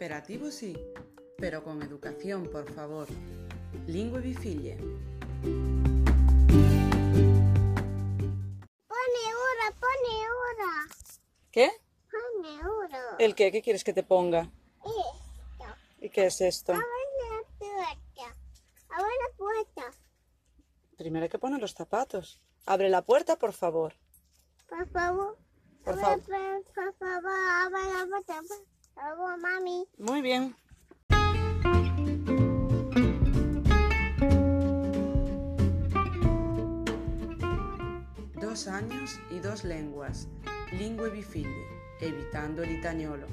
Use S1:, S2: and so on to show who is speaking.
S1: educativo sí, pero con educación, por favor. Lingua bifille.
S2: Pone hora, pone hora,
S3: ¿Qué?
S2: pone hora.
S3: ¿El qué? ¿Qué quieres que te ponga?
S2: Esto.
S3: ¿Y qué es esto?
S2: Abre la puerta. Abre la puerta,
S3: Primero hay que poner los zapatos. Abre la puerta, por favor.
S2: por favor.
S3: Por
S2: Abre,
S3: favor.
S2: Por, por favor, abre la puerta. Por favor, mami.
S3: Muy bien.
S1: Dos años y dos lenguas. Lingua bifille, evitando el itañolo.